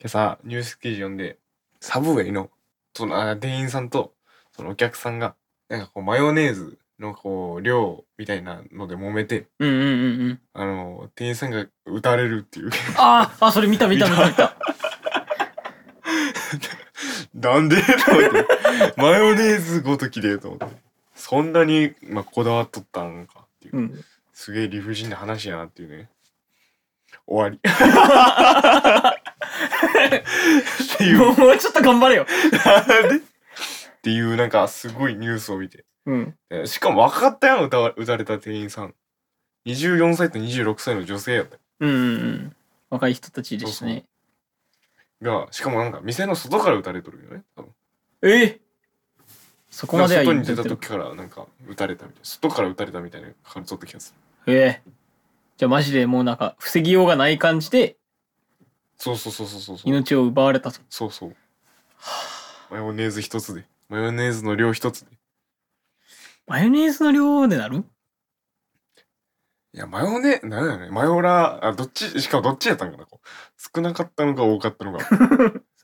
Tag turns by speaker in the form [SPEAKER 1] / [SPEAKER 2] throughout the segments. [SPEAKER 1] 今朝ニュース記事読んでサブウェイのそのあ店員さんとそのお客さんがなんかこうマヨネーズのこう量みたいなので揉めて
[SPEAKER 2] うんうんうんうん。
[SPEAKER 1] あの店員さんが撃たれるっていう
[SPEAKER 2] あーあ、それ見た見た見た見た。
[SPEAKER 1] なんで と思ってマヨネーズごときでと思ってそんなに、まあ、こだわっとったのかっていう、
[SPEAKER 2] うん。
[SPEAKER 1] すげえ理不尽な話やなっていうね終わりっていう
[SPEAKER 2] もうちょっと頑張れよ。
[SPEAKER 1] っていうなんかすごいニュースを見て
[SPEAKER 2] うん。
[SPEAKER 1] えしかも分かったよ撃た撃たれた店員さん24歳と26歳の女性やったよ
[SPEAKER 2] うんうんうん。若い人たちでしたね。
[SPEAKER 1] がしかもなんか店の外から撃たれとるよね多分
[SPEAKER 2] えーそこまでは
[SPEAKER 1] 外に
[SPEAKER 2] 言っ
[SPEAKER 1] 出
[SPEAKER 2] て
[SPEAKER 1] た
[SPEAKER 2] る
[SPEAKER 1] 時。からなんか撃たれたみたいな外から撃たれたみたいな感じとった気がする
[SPEAKER 2] ええじゃあマジでもうなんか、防ぎようがない感じで
[SPEAKER 1] そうそうそうそうそうそう
[SPEAKER 2] 命を奪われたと。
[SPEAKER 1] そうそうマヨネーズ一つでマヨネーズの量一つで
[SPEAKER 2] マヨネーズの量でなる
[SPEAKER 1] いやマヨネなんやねマヨラーあどっちしかもどっちやったんかなこう少なかったのか多かったのか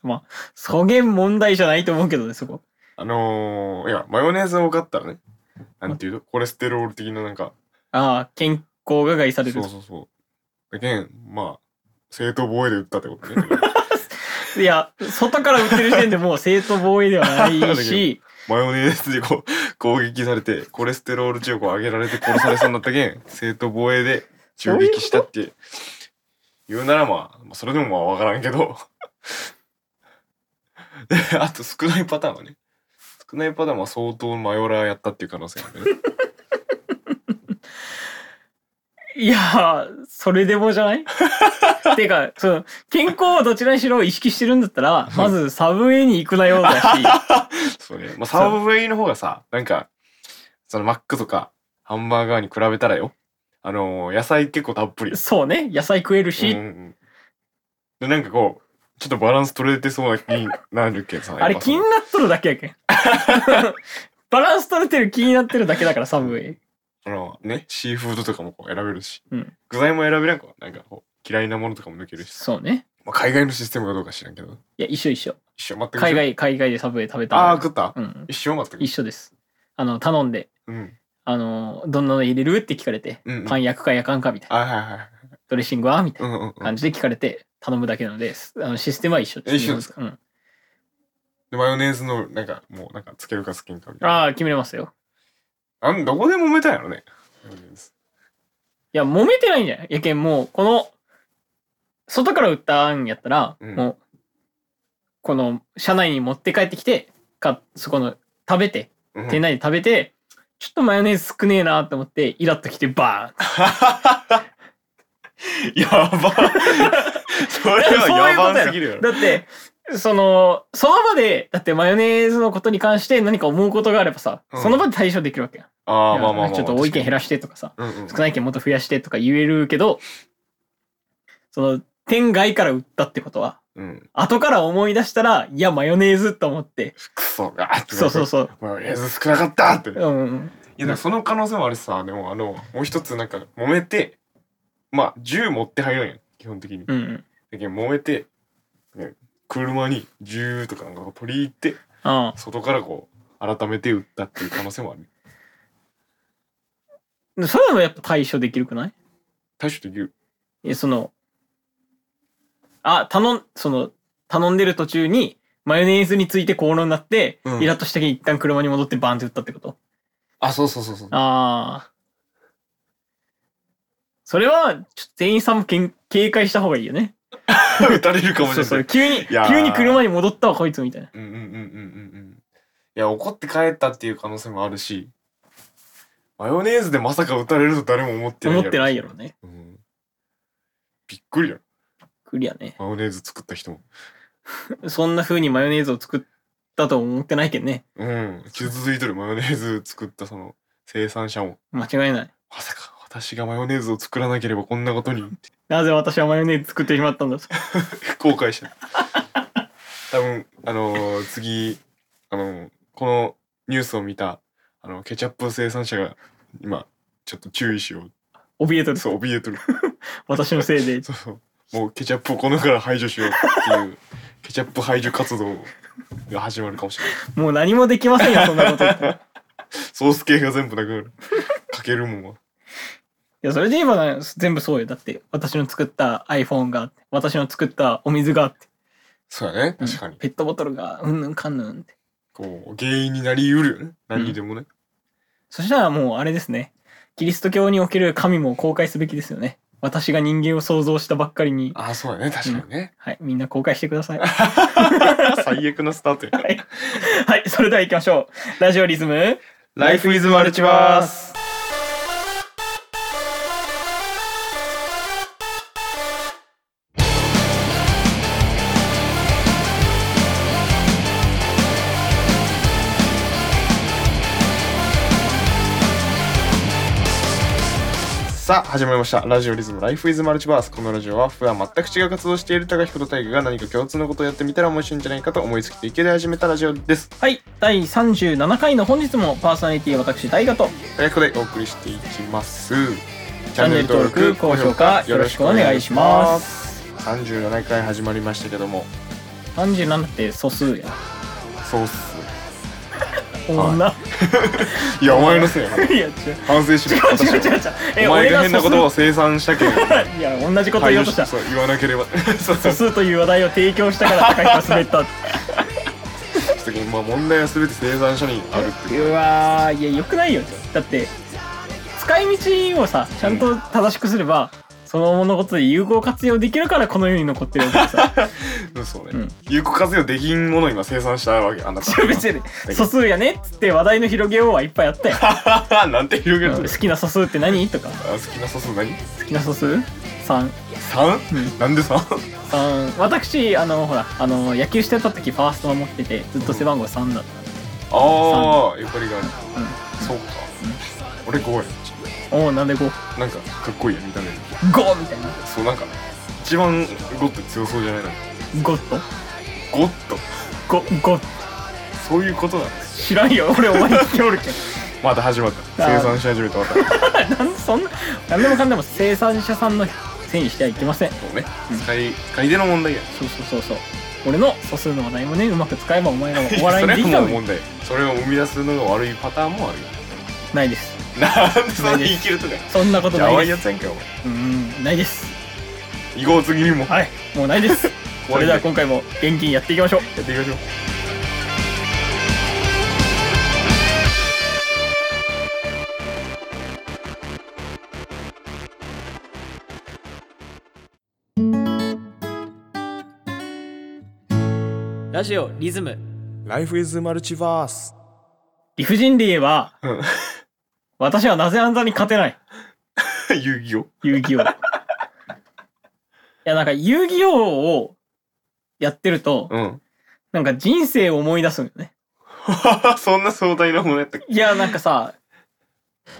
[SPEAKER 2] まあ、そげん問題じゃないと思うけどね、そこ。
[SPEAKER 1] あのー、いや、マヨネーズが多かったらね、なんていうの、コレステロール的ななんか、
[SPEAKER 2] ああ、健康が害さ
[SPEAKER 1] そ
[SPEAKER 2] れ
[SPEAKER 1] う
[SPEAKER 2] る
[SPEAKER 1] そ。うそう。だけん、まあ、正当防衛で打ったってことね。
[SPEAKER 2] いや、外から売ってる時点でもう正当防衛では な
[SPEAKER 1] だ
[SPEAKER 2] い
[SPEAKER 1] け
[SPEAKER 2] し、
[SPEAKER 1] マヨネーズでこう、攻撃されて、コレステロール値をこう上げられて殺されそうになったけん、正当防衛で銃撃したって言うならまあ、まあ、それでもまあわからんけど。 で、あと少ないパターンはね、少ないパターンは相当マヨラーやったっていう可能性があるね。
[SPEAKER 2] いや、それでもじ ゃないてか、その、健康をどちらにしろ意識してるんだったら、まずサブウェイに行くなようだし、
[SPEAKER 1] そうね。まあ、サブウェイの方がさ、なんか、そのマックとかハンバーガーに比べたらよ。あのー野菜結構たっぷり。
[SPEAKER 2] そうね、野菜食える
[SPEAKER 1] うん
[SPEAKER 2] し、
[SPEAKER 1] うんうんで、なんかこう、ちょっとバランス取れてそうな気になるけどさ。
[SPEAKER 2] あれ
[SPEAKER 1] やっぱ
[SPEAKER 2] 気
[SPEAKER 1] そ
[SPEAKER 2] に
[SPEAKER 1] の
[SPEAKER 2] なっとるだけやけん。 バランス取れてる気になってるだけだから、サブウェイ。
[SPEAKER 1] あの、ね、シーフードとかもこう選べるし。
[SPEAKER 2] うん
[SPEAKER 1] 具材も選べなくは、なんかこう、嫌いなものとかも抜けるし。
[SPEAKER 2] そうね。
[SPEAKER 1] まあ、海外のシステムかどうか知らんけど。
[SPEAKER 2] いや、一緒一緒。
[SPEAKER 1] 一緒、全く一緒。
[SPEAKER 2] 海。外、海外でサブウェイ食べた。
[SPEAKER 1] ああ、食った、
[SPEAKER 2] うん。
[SPEAKER 1] 一緒、全く
[SPEAKER 2] 一。緒です。あの、頼んで、
[SPEAKER 1] うん。
[SPEAKER 2] あの、どんなの入れるって聞かれて、
[SPEAKER 1] うんうん
[SPEAKER 2] パン焼くか焼かんかみたいな。
[SPEAKER 1] あはいはいはい。
[SPEAKER 2] ドレッシングはみたい
[SPEAKER 1] うんうん
[SPEAKER 2] な
[SPEAKER 1] うん
[SPEAKER 2] 感。じで聞かれて、頼むだけなので、すあのシステムは一緒
[SPEAKER 1] え一緒です
[SPEAKER 2] か、うん、
[SPEAKER 1] で、マヨネーズの、なんか、もう、なんか、つけるかつけんかみたいな。
[SPEAKER 2] ああ、決めれますよ。
[SPEAKER 1] なんどこで揉めたんやろね。
[SPEAKER 2] いや、揉めてないんじゃないやけん、もう、この、外から売ったんやったら、
[SPEAKER 1] うん
[SPEAKER 2] もう、この、車内に持って帰ってきて、か、そこの、食べて、
[SPEAKER 1] うん
[SPEAKER 2] 店内で食べて、ちょっとマヨネーズ少ねえなと思って、イラッときて、バーン
[SPEAKER 1] や ば。それはやばすぎるやろ。
[SPEAKER 2] だって、その、その場で、だってマヨネーズのことに関して何か思うことがあればさ、
[SPEAKER 1] うん
[SPEAKER 2] その場で対処できるわけやん。
[SPEAKER 1] ああ、まあまあまあまあ。
[SPEAKER 2] ちょっと多い件減らしてとかさ、
[SPEAKER 1] うんうん
[SPEAKER 2] 少ない件もっと増やしてとか言えるけど、その、店外から売ったってことは、
[SPEAKER 1] うん。
[SPEAKER 2] 後から思い出したら、いや、マヨネーズと思って、
[SPEAKER 1] クソがーって。
[SPEAKER 2] そうそうそう。
[SPEAKER 1] マヨネーズ少なかったって。いや、
[SPEAKER 2] うんうん。
[SPEAKER 1] でもその可能性もあるしさ、でもあの、もう一つなんか、揉めて、まあ、銃持って入るんやん、基本的に。だ
[SPEAKER 2] うんうん。
[SPEAKER 1] けど揉めて、ね車に銃とかなんか取り入って、
[SPEAKER 2] あ
[SPEAKER 1] 外からこう、改めて撃ったっていう可能性もある。
[SPEAKER 2] あ。それでもやっぱ対処できるくない
[SPEAKER 1] 対処できる。
[SPEAKER 2] え、その、あ、頼ん、その、頼んでる途中に、マヨネーズについて口論になって、
[SPEAKER 1] うん
[SPEAKER 2] イラッとしたけど一旦車に戻ってバーンって打ったってこと。
[SPEAKER 1] あ、そうそうそうそう。
[SPEAKER 2] ああ。それは、ちょっと店員さんもけん警戒した方がいいよね。
[SPEAKER 1] 撃たれるかもし
[SPEAKER 2] そ
[SPEAKER 1] れ
[SPEAKER 2] う
[SPEAKER 1] な
[SPEAKER 2] そ。。
[SPEAKER 1] いう
[SPEAKER 2] 急に、
[SPEAKER 1] いやー
[SPEAKER 2] 急に車に戻ったわ、こいつみたいな。
[SPEAKER 1] うんうんうんうんうんうん。いや、怒って帰ったっていう可能性もあるし、マヨネーズでまさか撃たれると誰も思ってない
[SPEAKER 2] 思
[SPEAKER 1] やろ。
[SPEAKER 2] ってないやろね。
[SPEAKER 1] うん。びっくりやろ。
[SPEAKER 2] クリアね。
[SPEAKER 1] マヨネーズ作った人も。
[SPEAKER 2] そんな風にマヨネーズを作ったと思ってないけどね。
[SPEAKER 1] うん。傷ついとるマヨネーズ作ったその生産者も、
[SPEAKER 2] 間違いない。
[SPEAKER 1] まさか私がマヨネーズを作らなければこんなことにって
[SPEAKER 2] なぜ私はマヨネーズ作ってしまったんだと。
[SPEAKER 1] 後悔した。多分、あのー次、あのーこのニュースを見た、あの、ケチャップ生産者が今、ちょっと注意しよう。
[SPEAKER 2] 怯えとる。
[SPEAKER 1] そう、怯えとる。
[SPEAKER 2] 私のせいで。
[SPEAKER 1] そうそう。もうケチャップをこの世から排除しようっていうケチャップ排除活動が始まるかもしれない
[SPEAKER 2] もう何もできませ んよ、そんなこと言ったら。い
[SPEAKER 1] ソース系が全部なくなるかけるもんは
[SPEAKER 2] や、それで言えばな全部そうよ。だって、私の作った iPhone があって、私の作ったお水があって、
[SPEAKER 1] そうやね
[SPEAKER 2] うん
[SPEAKER 1] 確かに、
[SPEAKER 2] ペットボトルがうんぬんかんぬんって。
[SPEAKER 1] こう原因になりうるよね何にでもね、
[SPEAKER 2] そしたらもうあれですね。キリスト教における神も公開すべきですよね。私が人間を想像したばっかりに、
[SPEAKER 1] ああそうやね確かにね、
[SPEAKER 2] はい、みんな公開してください。
[SPEAKER 1] 最悪なスタートや
[SPEAKER 2] はい、それでは行きましょう。ラジオリズム。
[SPEAKER 1] ライフイズマルチバースさあ始まりましたラジオリズムライフイズマルチバースこのラジオは普段全く違う活動をしている高彦と大我が何か共通のことをやってみたら面白いんじゃないかと思いつきて池で始めたラジオです
[SPEAKER 2] はい、第37回の本日もパーソナリティは私、大河と。
[SPEAKER 1] 早くでお送りしていきますチ
[SPEAKER 2] チャンネル登録、高評価、よろしくお願いします。
[SPEAKER 1] 37回始まりましたけども
[SPEAKER 2] 37って素数や。
[SPEAKER 1] そうっす
[SPEAKER 2] 女。
[SPEAKER 1] いやお前のせいや
[SPEAKER 2] いや、違う。
[SPEAKER 1] 反省し
[SPEAKER 2] 違
[SPEAKER 1] ろ
[SPEAKER 2] う違う
[SPEAKER 1] 私
[SPEAKER 2] 違う違
[SPEAKER 1] は
[SPEAKER 2] う。え、
[SPEAKER 1] お前
[SPEAKER 2] 俺
[SPEAKER 1] が
[SPEAKER 2] が
[SPEAKER 1] 変な
[SPEAKER 2] 素
[SPEAKER 1] ことを
[SPEAKER 2] 数。
[SPEAKER 1] 生産したけど
[SPEAKER 2] いや、同じこと言おうとした。
[SPEAKER 1] そう言わなければそうそう
[SPEAKER 2] 素
[SPEAKER 1] ちょ
[SPEAKER 2] 数という話題を提供したから高いが滑ったっ
[SPEAKER 1] っとまあ問題は全て生産者にあるって
[SPEAKER 2] て
[SPEAKER 1] いう
[SPEAKER 2] うわーいやよくないよだって使い道をさちゃんと正しくすれば、その物事で有効活用できるからこの世に残ってるわけでさ
[SPEAKER 1] うんそうね、
[SPEAKER 2] うん
[SPEAKER 1] 有効活用できんものを今生産したわけあな たは
[SPEAKER 2] 別に素数やねっつって話題の広げようはいっぱいあったよ
[SPEAKER 1] なんて広げる
[SPEAKER 2] うん
[SPEAKER 1] と
[SPEAKER 2] 好きな素数って何とか
[SPEAKER 1] あ好きなさそう何
[SPEAKER 2] 好きな素数 ?3
[SPEAKER 1] 三、
[SPEAKER 2] うん
[SPEAKER 1] なんで三
[SPEAKER 2] 3私あのほらあの野球してた時ファーストを持っててずっと背番号3だっ
[SPEAKER 1] ああゆかりがあるそうか
[SPEAKER 2] うん。
[SPEAKER 1] 俺5や。
[SPEAKER 2] た、おおなんで 5?5
[SPEAKER 1] なんかかっこいいや見た目。
[SPEAKER 2] みたいな
[SPEAKER 1] そうなんか一番5って強そうじゃないの。
[SPEAKER 2] 5と
[SPEAKER 1] ゴッと
[SPEAKER 2] 5
[SPEAKER 1] そういうことなの。
[SPEAKER 2] 知らんよ俺お前に聞ておるけど
[SPEAKER 1] また始まった。
[SPEAKER 2] あー
[SPEAKER 1] 生産し始めたまた。そ
[SPEAKER 2] なん でそんな何でもかんでも生産者さんのせいにしてはいけません
[SPEAKER 1] うね
[SPEAKER 2] うん。
[SPEAKER 1] 使い使い手の問題や。
[SPEAKER 2] そうそうそうそう俺の素数の話題もねうまく使えばお前らも
[SPEAKER 1] いや
[SPEAKER 2] お笑い
[SPEAKER 1] そ
[SPEAKER 2] にで
[SPEAKER 1] れ
[SPEAKER 2] き
[SPEAKER 1] は
[SPEAKER 2] た
[SPEAKER 1] も
[SPEAKER 2] の
[SPEAKER 1] う問
[SPEAKER 2] に
[SPEAKER 1] 題。それを生み出すのが悪いパターンもあるよ。
[SPEAKER 2] ないです
[SPEAKER 1] なんでそんな生きるとか。
[SPEAKER 2] そんなこと
[SPEAKER 1] や
[SPEAKER 2] な
[SPEAKER 1] ば
[SPEAKER 2] い
[SPEAKER 1] い
[SPEAKER 2] で
[SPEAKER 1] や
[SPEAKER 2] す
[SPEAKER 1] つやんかお前。
[SPEAKER 2] うんないです
[SPEAKER 1] 行こう次にも。
[SPEAKER 2] はいもうないですそれでは今回も元気にやっていきましょう
[SPEAKER 1] やっていきましょう。
[SPEAKER 2] ラジオリズム
[SPEAKER 1] ライフイズマルチバース。
[SPEAKER 2] 理不尽で言えば
[SPEAKER 1] うん。
[SPEAKER 2] 私はなぜあんざに勝てない
[SPEAKER 1] 遊戯王。
[SPEAKER 2] 遊戯王 いやなんか遊戯王をやってると
[SPEAKER 1] うん。
[SPEAKER 2] なんか人生を思い出すんよね
[SPEAKER 1] そんな壮大なものやったっけ。
[SPEAKER 2] いや、なんかさ、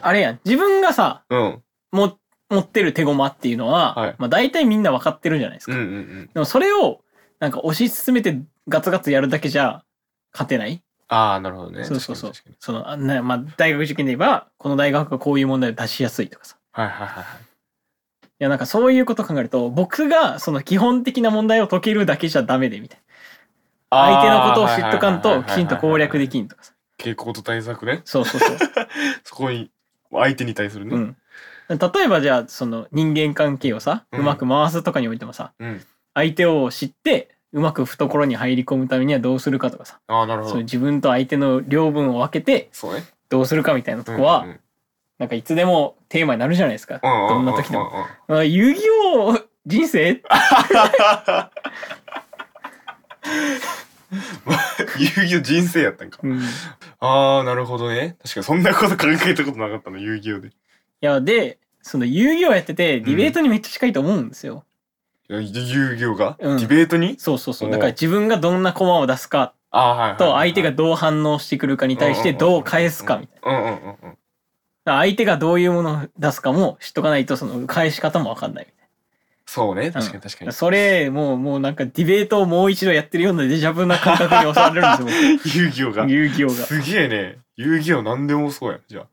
[SPEAKER 2] あれやん、自分がさ、
[SPEAKER 1] うん。
[SPEAKER 2] も、持ってる手駒っていうのは、
[SPEAKER 1] はい
[SPEAKER 2] まあ大体みんな分かってるじゃないです
[SPEAKER 1] うんう
[SPEAKER 2] か。
[SPEAKER 1] んうん。
[SPEAKER 2] でもそれを、なんか推し進めてガツガツやるだけじゃ、勝てない
[SPEAKER 1] ああなるほどね。
[SPEAKER 2] そうそうそう
[SPEAKER 1] 確かに。
[SPEAKER 2] その、あなまあ大学受験で言えば、この大学がこういう問題を出しやすいとかさ。
[SPEAKER 1] はいはいはいはい。
[SPEAKER 2] いや、なんかそういうこと考えると、僕がその基本的な問題を解けるだけじゃダメで、みたいな。相手のことを知っとかんと、きちんと攻略で
[SPEAKER 1] き
[SPEAKER 2] きんとかさ。
[SPEAKER 1] 傾向と対策ね。
[SPEAKER 2] そうそう そう。
[SPEAKER 1] そこに相手に対する
[SPEAKER 2] う
[SPEAKER 1] ね。
[SPEAKER 2] ん。例えばじゃあ、その人間関係をさ、
[SPEAKER 1] うん
[SPEAKER 2] うまく回すとかにおいてもさ、
[SPEAKER 1] うん。
[SPEAKER 2] 相手を知ってうまく懐に入り込むためにはどうするかとかさ、
[SPEAKER 1] ああなるほ
[SPEAKER 2] そういう
[SPEAKER 1] ど。
[SPEAKER 2] 自分と相手の両分を分けて
[SPEAKER 1] そうね。
[SPEAKER 2] どうするかみたいなとこは、
[SPEAKER 1] うんうん
[SPEAKER 2] なんかいつでもテーマになるじゃないですか、
[SPEAKER 1] うんうん
[SPEAKER 2] ど
[SPEAKER 1] うんん
[SPEAKER 2] な時でも、
[SPEAKER 1] うんうん
[SPEAKER 2] あ遊戯王人生
[SPEAKER 1] 遊戯王人生やったんか。
[SPEAKER 2] うんい
[SPEAKER 1] ああなるほどね。確かにそんなこと考えたことなかったの遊戯王で。い
[SPEAKER 2] やでその遊戯王やっててディベートにめっちゃ近いと思うんですよ、
[SPEAKER 1] や遊戯王がデ
[SPEAKER 2] うん
[SPEAKER 1] ィベートに
[SPEAKER 2] そうそうそ
[SPEAKER 1] お
[SPEAKER 2] う
[SPEAKER 1] う
[SPEAKER 2] だから自分がどんな駒を出すか
[SPEAKER 1] あーはいはいは
[SPEAKER 2] と
[SPEAKER 1] い
[SPEAKER 2] 相手がどう反応してくるかに対してどう返すかみたいな。
[SPEAKER 1] うんうんうんうん。
[SPEAKER 2] だから相手がどういうものを出すかも知っとかないとその返し方も分かんないみたい
[SPEAKER 1] そうね確かに確か
[SPEAKER 2] な
[SPEAKER 1] に。
[SPEAKER 2] それもうもうなんかディベートをもう一度やってるようなデジャブな感覚に襲わ れるんですよ
[SPEAKER 1] 遊戯王が
[SPEAKER 2] 僕。遊戯王が
[SPEAKER 1] すげえね。遊戯王なんでもそうやんじゃあ。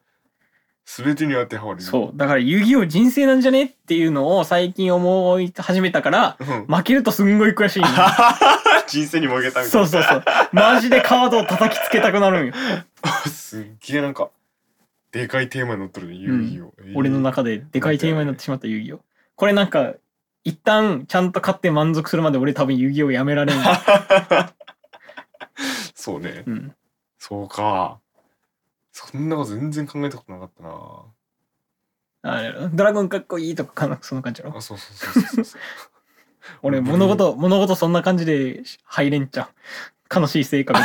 [SPEAKER 1] 全てに当てはまる。
[SPEAKER 2] そう。だから遊戯王人生なんじゃねっていうのを最近思い始めたから、
[SPEAKER 1] うん。
[SPEAKER 2] 負けるとすんごい悔しいんよ
[SPEAKER 1] 人生に負けたみた
[SPEAKER 2] そ
[SPEAKER 1] いう
[SPEAKER 2] そうそう。マジでカードを叩きつけたくなるんよ。
[SPEAKER 1] な。すっげえなんか、でかいテーマになっとるね、遊戯王。
[SPEAKER 2] 俺の
[SPEAKER 1] で。
[SPEAKER 2] 中ででかいテーマになってしまった遊戯王。これなんか、一旦ちゃんと勝って満足するまで俺多分遊戯王やめら れない。
[SPEAKER 1] そうね。
[SPEAKER 2] うん。
[SPEAKER 1] そうか。そんなこと全然考えたことなかったな。
[SPEAKER 2] あれドラゴンかっこいいとかかな、そんな感じやろ。
[SPEAKER 1] あ、そうそうそうそうそう。
[SPEAKER 2] 俺物事、物事そんな感じで入れんじゃん。悲しい性格で。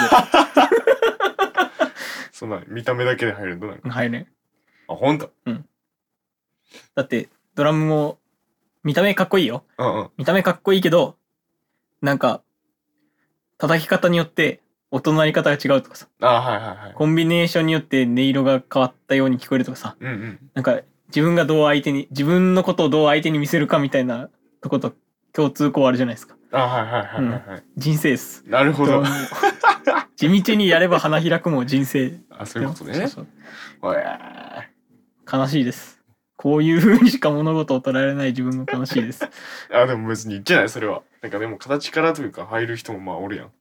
[SPEAKER 1] そんな、見た目だけで入るんだなんか。
[SPEAKER 2] 入れん。
[SPEAKER 1] あ、ほんと。
[SPEAKER 2] だって、ドラムも、見た目かっこいいよ。
[SPEAKER 1] うんうん。
[SPEAKER 2] 見た目かっこいいけど、なんか、叩き方によって音の鳴り方が違うとかさ、
[SPEAKER 1] あ、はいはいはい。
[SPEAKER 2] コンビネーションによって音色が変わったように聞こえるとかさ、
[SPEAKER 1] うんうん。
[SPEAKER 2] なんか自分がどう相手に、自分のことをどう相手に見せるかみたいなとこと共通項あるじゃないですか。
[SPEAKER 1] あ、はいはいはいはいはい。
[SPEAKER 2] 人生っす。
[SPEAKER 1] なるほ
[SPEAKER 2] どう
[SPEAKER 1] ど
[SPEAKER 2] も。 地道にやれば花開くも人生。
[SPEAKER 1] あ、そういうことね。
[SPEAKER 2] そうそう
[SPEAKER 1] おや
[SPEAKER 2] 悲しいです。こういう風にしか物事を捉えられない自分が悲しいです。
[SPEAKER 1] ーあ、でも別に言ってない、それは。なんかでも形からというか入る人もまあおるやん。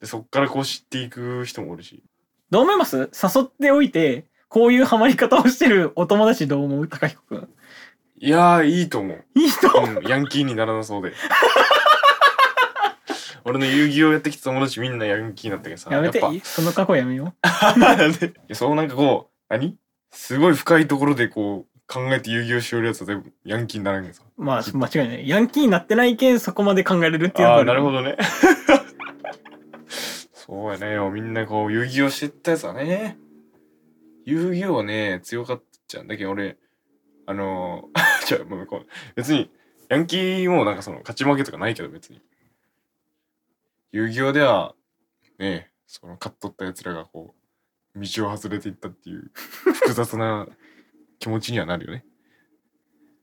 [SPEAKER 1] で、そっからこう知っていく人もおるし。
[SPEAKER 2] どう思います誘っておいて、こういうハマり方をしてるお友達どう思う高彦くん。
[SPEAKER 1] いやー、いいと思う。
[SPEAKER 2] いい人
[SPEAKER 1] うん、ヤンキーにならなそうで。 俺の遊戯をやってきた友達みんなヤンキーになったけどさ。
[SPEAKER 2] やめて
[SPEAKER 1] っ
[SPEAKER 2] いい その過去やめよ
[SPEAKER 1] ぱなん でいやそうなんかこう、何すごい深いところでこう、考えて遊戯をしよるやつは全部ヤンキーにならんけどさ。
[SPEAKER 2] う。 まあ、間違いない。ヤンキーになってないけん、そこまで考えれるっていうのが
[SPEAKER 1] あ
[SPEAKER 2] あ
[SPEAKER 1] あ、なるほ
[SPEAKER 2] ど。
[SPEAKER 1] どね。 そうやねよ。みんなこう、遊戯をしてったやつはね。遊戯王ね、強かったんだけど、俺、あのー、 じゃあ、もうこう、別に、ヤンキーもなんかその、勝ち負けとかないけど、別に。遊戯王では、ね、その、勝っとったやつらがこう、道を外れていったっていう、複雑な気持ちにはなるよね。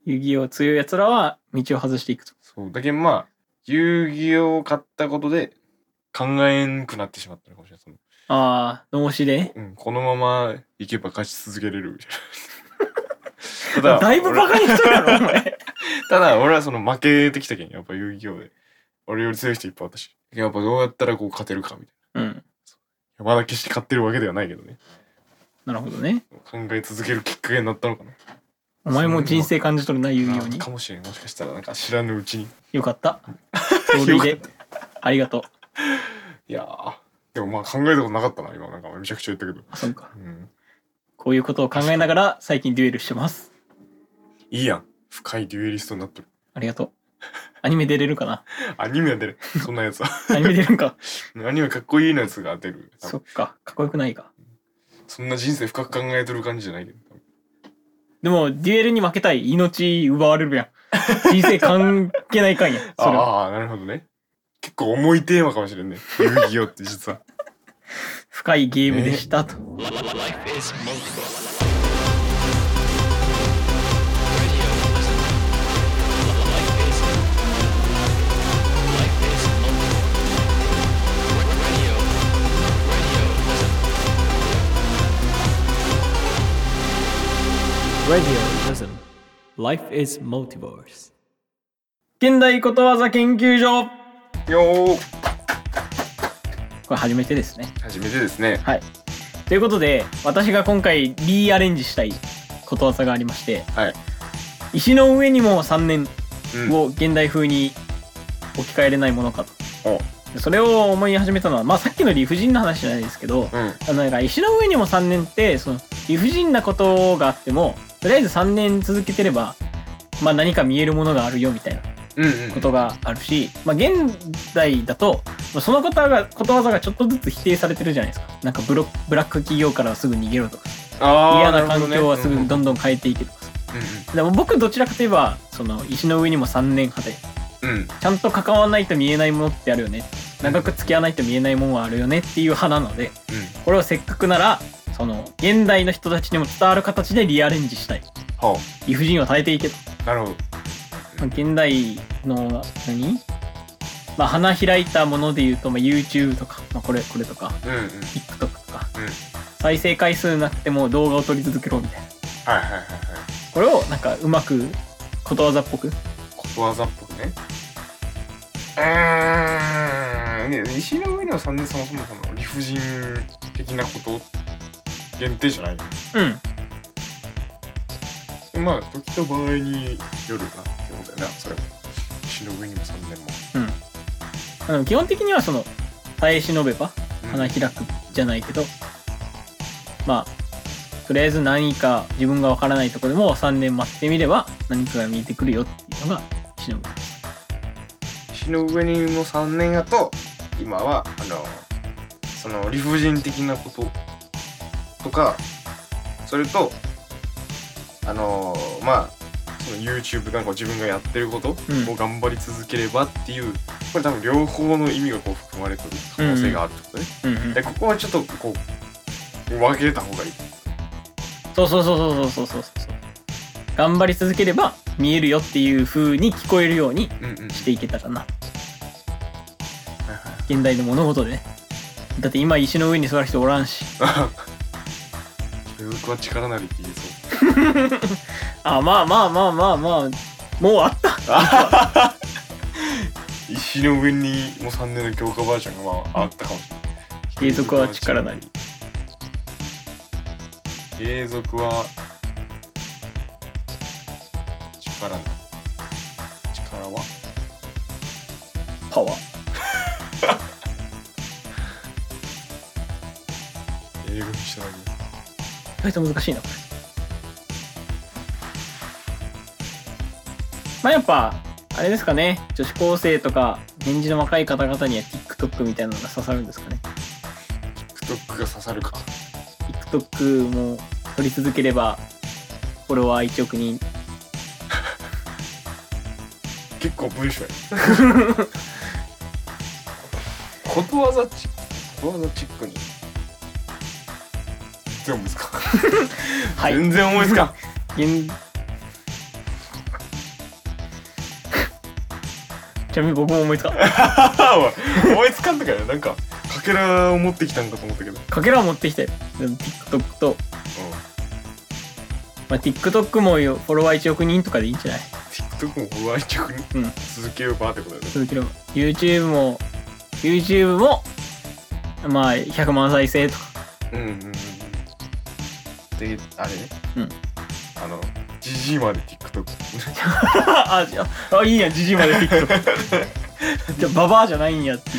[SPEAKER 2] 遊戯王強い奴らは道を外していくと。
[SPEAKER 1] そう。だけどまあ、遊戯王を買ったことで、考えんくなってしまったのかもしれない。その
[SPEAKER 2] ああ、脳死で。
[SPEAKER 1] うん、このままいけば勝ち続けれる みたいな。ただ、
[SPEAKER 2] だいぶバカにしとるやろ、お前。
[SPEAKER 1] 俺ただ、俺はその負けてきたけん、やっぱ遊戯王で。俺より強い人いっぱい私。やっぱどうやったらこう勝てるかみたい
[SPEAKER 2] うん。
[SPEAKER 1] な。まだ決して勝ってるわけではないけどね。
[SPEAKER 2] なるほどね。
[SPEAKER 1] 考え続けるきっかけになったのかな。
[SPEAKER 2] お前も人生感じとるな、遊戯王
[SPEAKER 1] あ
[SPEAKER 2] に
[SPEAKER 1] か。もしれん。もしかしたらなんか知らぬうちに。
[SPEAKER 2] よかった。同類で。ありがとう。
[SPEAKER 1] いやー。でもまあ考えたことなかったな、今。なんかめちゃくちゃ言ったけど。
[SPEAKER 2] あ、そうか。
[SPEAKER 1] うん。
[SPEAKER 2] こういうことを考えながら、最近デュエルしてます。
[SPEAKER 1] いいやん。深いデュエリストになっとる。
[SPEAKER 2] ありがとう。アニメ出れるかな
[SPEAKER 1] アニメは出る。そんなやつは。
[SPEAKER 2] アニメ出るんか。
[SPEAKER 1] アニメかっこいいのやつが出る。
[SPEAKER 2] そっか。かっこよくないか。
[SPEAKER 1] そんな人生深く考えとる感じじゃないけど。
[SPEAKER 2] でも、デュエルに負けたい命奪われるやん。人生関係ないかんや。それは
[SPEAKER 1] ああ、なるほどね。結構重いテーマかもしれんね。遊戯王って実 は。
[SPEAKER 2] 深いゲームでしたと。
[SPEAKER 3] Radioism. Life is multiverse.
[SPEAKER 2] 現代ことわざ研究所こ
[SPEAKER 1] よー
[SPEAKER 2] れ初めてですね。
[SPEAKER 1] 初めてですね。
[SPEAKER 2] はい。ということで、私が今回リアレンジしたいことわざがありまして、
[SPEAKER 1] はい。
[SPEAKER 2] 石の上にも3年
[SPEAKER 1] うん。
[SPEAKER 2] を現代風に置き換えれないものかと。
[SPEAKER 1] お
[SPEAKER 2] でそれを思い始めたのは、まあさっきの理不尽な話じゃないですけど、
[SPEAKER 1] うん。
[SPEAKER 2] あのなんか石の上にも3年ってその理不尽なことがあってもとりあえず3年続けてれば、まあ、何か見えるものがあるよみたいな
[SPEAKER 1] うん、うん。
[SPEAKER 2] ことがあるし、まあ、現代だとまあそのことがことわざがちょっとずつ否定されてるじゃないですかなんかブロブラック企業からはすぐ逃げろとか
[SPEAKER 1] ああ。
[SPEAKER 2] 嫌な環境はす
[SPEAKER 1] な
[SPEAKER 2] ぐ
[SPEAKER 1] るほど
[SPEAKER 2] ど
[SPEAKER 1] ね
[SPEAKER 2] んどん変えていけとかさ
[SPEAKER 1] う
[SPEAKER 2] でも僕どちらかといえばその石の上にも3年派で
[SPEAKER 1] んうん。うん。
[SPEAKER 2] ちゃんと関わらないと見えないものってあるよね長く付き合わないと見えないものはあるよねっていう派なので
[SPEAKER 1] うん。
[SPEAKER 2] これをせっかくならその現代の人たちにも伝わる形でリアレンジしたい
[SPEAKER 1] は
[SPEAKER 2] 理不尽を耐えていけと
[SPEAKER 1] あ。なるほど。
[SPEAKER 2] まあ現代の何まあ花開いたもので言うと、まあ、YouTube とか、まあ、これこれとか
[SPEAKER 1] うんうん。
[SPEAKER 2] TikTok とか、
[SPEAKER 1] うん
[SPEAKER 2] 再生回数なくても動画を撮り続けろみたいな
[SPEAKER 1] はいはいはいはい
[SPEAKER 2] これをなんかうまくことわざっぽく
[SPEAKER 1] ことわざっぽくねうーんね石の上には3年そもそもこの理不尽的なこと限定じゃない
[SPEAKER 2] うん
[SPEAKER 1] まあ時と場合によるなってことだよなそれは石の上にも3年も
[SPEAKER 2] うんあの基本的にはその耐え忍べば
[SPEAKER 1] うん
[SPEAKER 2] 花開くじゃないけどまあとりあえず何か自分がわからないとこでも3年待ってみれば何かが見えてくるよっていうのが忍ぶ
[SPEAKER 1] 石の上にも3年やと今はあのその理不尽的なこととかそれとあのまあその YouTube なんかを自分がやってることを
[SPEAKER 2] うん
[SPEAKER 1] 頑張り続ければっていう、これ多分両方の意味がこう含まれてる可能性があるってことね、
[SPEAKER 2] うんうん
[SPEAKER 1] でここはちょっとこう分けた方がいい
[SPEAKER 2] そうそうそうそうそうそうそうそう頑張り続ければ見えるよっていう風に聞こえるように
[SPEAKER 1] うんうん
[SPEAKER 2] していけたらな現代の物事でねだって今石の上に座る人おらんし
[SPEAKER 1] 僕は力なりって言えそう
[SPEAKER 2] あまあまあまあまあまあもうあった
[SPEAKER 1] 石の上にもう3年の強化バージョンがまああったかもしれない
[SPEAKER 2] 継続は力なり
[SPEAKER 1] 継続は力なり力は
[SPEAKER 2] パワー
[SPEAKER 1] 英語にしただけ
[SPEAKER 2] 意外と難しいなこれまあやっぱあれですかね女子高生とか年次の若い方々には TikTok みたいなのが刺さるんですかね
[SPEAKER 1] TikTok が刺さるか
[SPEAKER 2] TikTok も撮り続ければフォロワー1億人
[SPEAKER 1] 結構文章や ことわざチックことわざチックに全然思いつかん、
[SPEAKER 2] はい
[SPEAKER 1] 全然思いつかん
[SPEAKER 2] 現ちなみに僕も思いつかん
[SPEAKER 1] おい思いつかんとかよなんかかけらを持ってきたんかと思ったけど、
[SPEAKER 2] かけらを持ってきたよでも TikTok と、まあ、TikTok もよフォロワー1億人とかでいいんじゃない
[SPEAKER 1] TikTok も不安直に
[SPEAKER 2] うん
[SPEAKER 1] 続けようかってことだよね
[SPEAKER 2] 続ければ YouTube も YouTube もまあ100万再生 とか
[SPEAKER 1] うんうんうんうんであれね
[SPEAKER 2] うん
[SPEAKER 1] あのじじいまで TikTok
[SPEAKER 2] あじゃああいいやじじいまで TikTok じゃあババアじゃないんやってい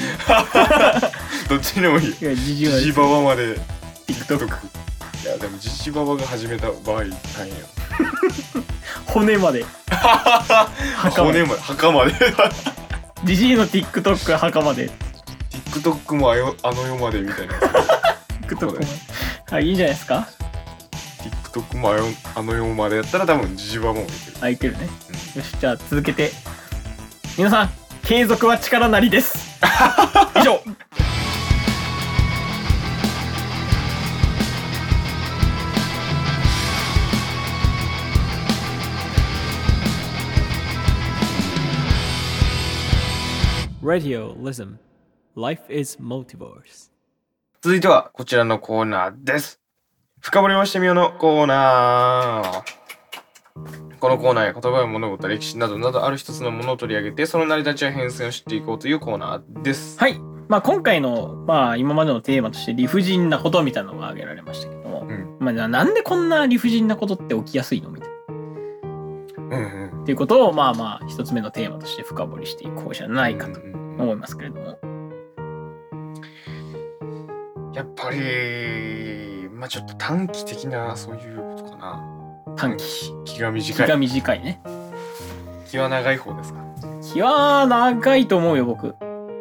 [SPEAKER 1] どっちでもいいう
[SPEAKER 2] いやじじいま
[SPEAKER 1] じ
[SPEAKER 2] で
[SPEAKER 1] じばばまで
[SPEAKER 2] TikTok
[SPEAKER 1] いやでもじじばばが始めた場合大変や
[SPEAKER 2] 骨まで墓まで
[SPEAKER 1] 骨まで墓まで
[SPEAKER 2] じじいの TikTok 墓まで
[SPEAKER 1] TikTok もあよあの世までみたいな
[SPEAKER 2] TikTok
[SPEAKER 1] こ
[SPEAKER 2] ま
[SPEAKER 1] こ
[SPEAKER 2] で
[SPEAKER 1] で
[SPEAKER 2] あいいんじゃないですか
[SPEAKER 1] TikTok もあよあの世までやったら多分じじばばもいける
[SPEAKER 2] あいけるねよしじゃあ続けて皆さん継続は力なりです以上
[SPEAKER 3] Radio Lism. Life is multiverse.
[SPEAKER 1] 続いてはこちらのコーナーです。深掘りをしてみようのコーナー。このコーナーや言葉や物事、歴史などなどある一つのものを取り上げて、その成り立ちや変遷を知っていこうというコーナーです。
[SPEAKER 2] はい、まあ、今回の、まあ、今までのテーマとして理不尽なことみたいなのが挙げられましたけども、
[SPEAKER 1] うん。
[SPEAKER 2] まあ、じゃあなんでこんな理不尽なことって起きやすいのみたいな
[SPEAKER 1] うんうん。
[SPEAKER 2] っていうことをまあまあ一つ目のテーマとして深掘りしていこうじゃないかと
[SPEAKER 1] うんうん
[SPEAKER 2] 思いますけれども、
[SPEAKER 1] やっぱり、まあちょっと短期的なそういうことかな。
[SPEAKER 2] 短期
[SPEAKER 1] 気が
[SPEAKER 2] 気
[SPEAKER 1] 短
[SPEAKER 2] が
[SPEAKER 1] い。
[SPEAKER 2] 短いね
[SPEAKER 1] 気は長い方ですか。
[SPEAKER 2] 気は長いと思うよ僕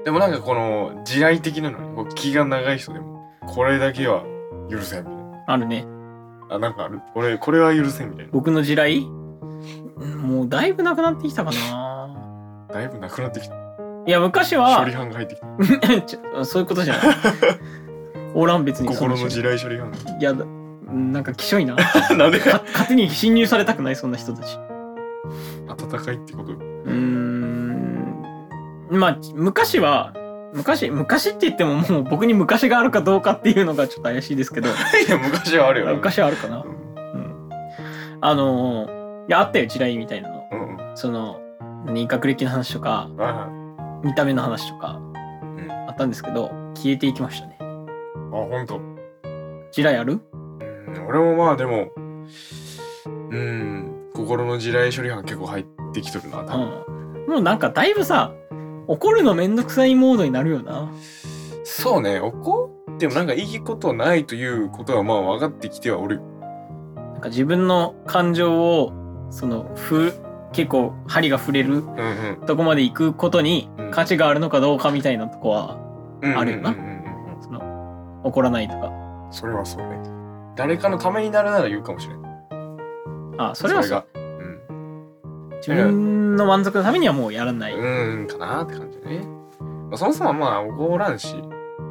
[SPEAKER 1] でもなんかこの地雷的なのに、こう気が長い人でも、これだけは許せんみたいな。
[SPEAKER 2] あるね
[SPEAKER 1] あ、なんかある。俺、これは許せんみたいな。
[SPEAKER 2] 僕の地雷うんもうだいぶなくなってきたかな
[SPEAKER 1] だいぶなくなってきた。
[SPEAKER 2] いや昔
[SPEAKER 1] 処
[SPEAKER 2] は
[SPEAKER 1] 理班が入ってきた。
[SPEAKER 2] ちょそういうことじゃないおらん別にそん
[SPEAKER 1] 心
[SPEAKER 2] な
[SPEAKER 1] の地雷処理班
[SPEAKER 2] いやだなんかき しょい な
[SPEAKER 1] なんで
[SPEAKER 2] か勝手に侵入されたくないそんな人たち
[SPEAKER 1] 温かいってこと
[SPEAKER 2] うーんまあ昔は昔、昔って言ってももう僕に昔があるかどうかっていうのがちょっと怪しいで すけど、
[SPEAKER 1] いや、昔はあるよね。
[SPEAKER 2] 昔はあるかな
[SPEAKER 1] う。ん。
[SPEAKER 2] うん。あのーいや、あったよ、地雷みたいなの。
[SPEAKER 1] うんうん。
[SPEAKER 2] その、何学歴の話とか、
[SPEAKER 1] はいは
[SPEAKER 2] 見た目の話とか、
[SPEAKER 1] い。うん。あ、
[SPEAKER 2] あったんですけど、消えていきましたね。
[SPEAKER 1] ほんと。
[SPEAKER 2] 地雷ある
[SPEAKER 1] うん俺もまあでも、うん、心の地雷処理班結構入ってきとるな、多分。
[SPEAKER 2] うん。もうなんかだいぶさ、怒るのめんどくさいモードになるよな。
[SPEAKER 1] そうね、怒ってもなんかいいことないということはまあ分かってきてはおる。
[SPEAKER 2] なんか自分の感情を、その、ふ、結構針が触れ
[SPEAKER 1] う
[SPEAKER 2] る
[SPEAKER 1] んうん。
[SPEAKER 2] とこまで行くことに
[SPEAKER 1] うん
[SPEAKER 2] 価値があるのかどうかみたいなとこは、
[SPEAKER 1] うんうん
[SPEAKER 2] あるよな
[SPEAKER 1] うんうんうん
[SPEAKER 2] その、怒らないとか。
[SPEAKER 1] うんそれはそうね。誰かのためになるなら言うかもしれない。
[SPEAKER 2] あ、それはそう
[SPEAKER 1] が。うん。。
[SPEAKER 2] 自分の満足のためにはもうやらないう
[SPEAKER 1] ーんかなーって感じだね。まあ、そもそもまあ怒らんし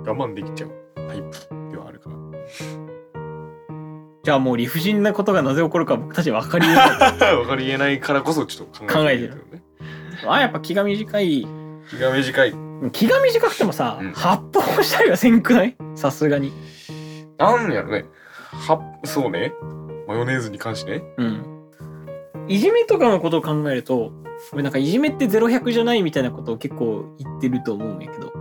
[SPEAKER 1] 我慢できちゃうタイプではあるから。
[SPEAKER 2] じゃあもう理不尽なことがなぜ起こるか僕たち分かりづ ら
[SPEAKER 1] わかりえないからこそちょっと考えてみるけどね。
[SPEAKER 2] い。あ、やっぱ気が短い。
[SPEAKER 1] 気が短い。
[SPEAKER 2] 気が短くてもさ、
[SPEAKER 1] うん
[SPEAKER 2] 発砲したりはせんくないさすがに。
[SPEAKER 1] なんやろね。はそうね。マヨネーズに関してね。
[SPEAKER 2] うん。いじめとかのことを考えると、俺なんかいじめって0100じゃないみたいなことを結構言ってると思うんやけど、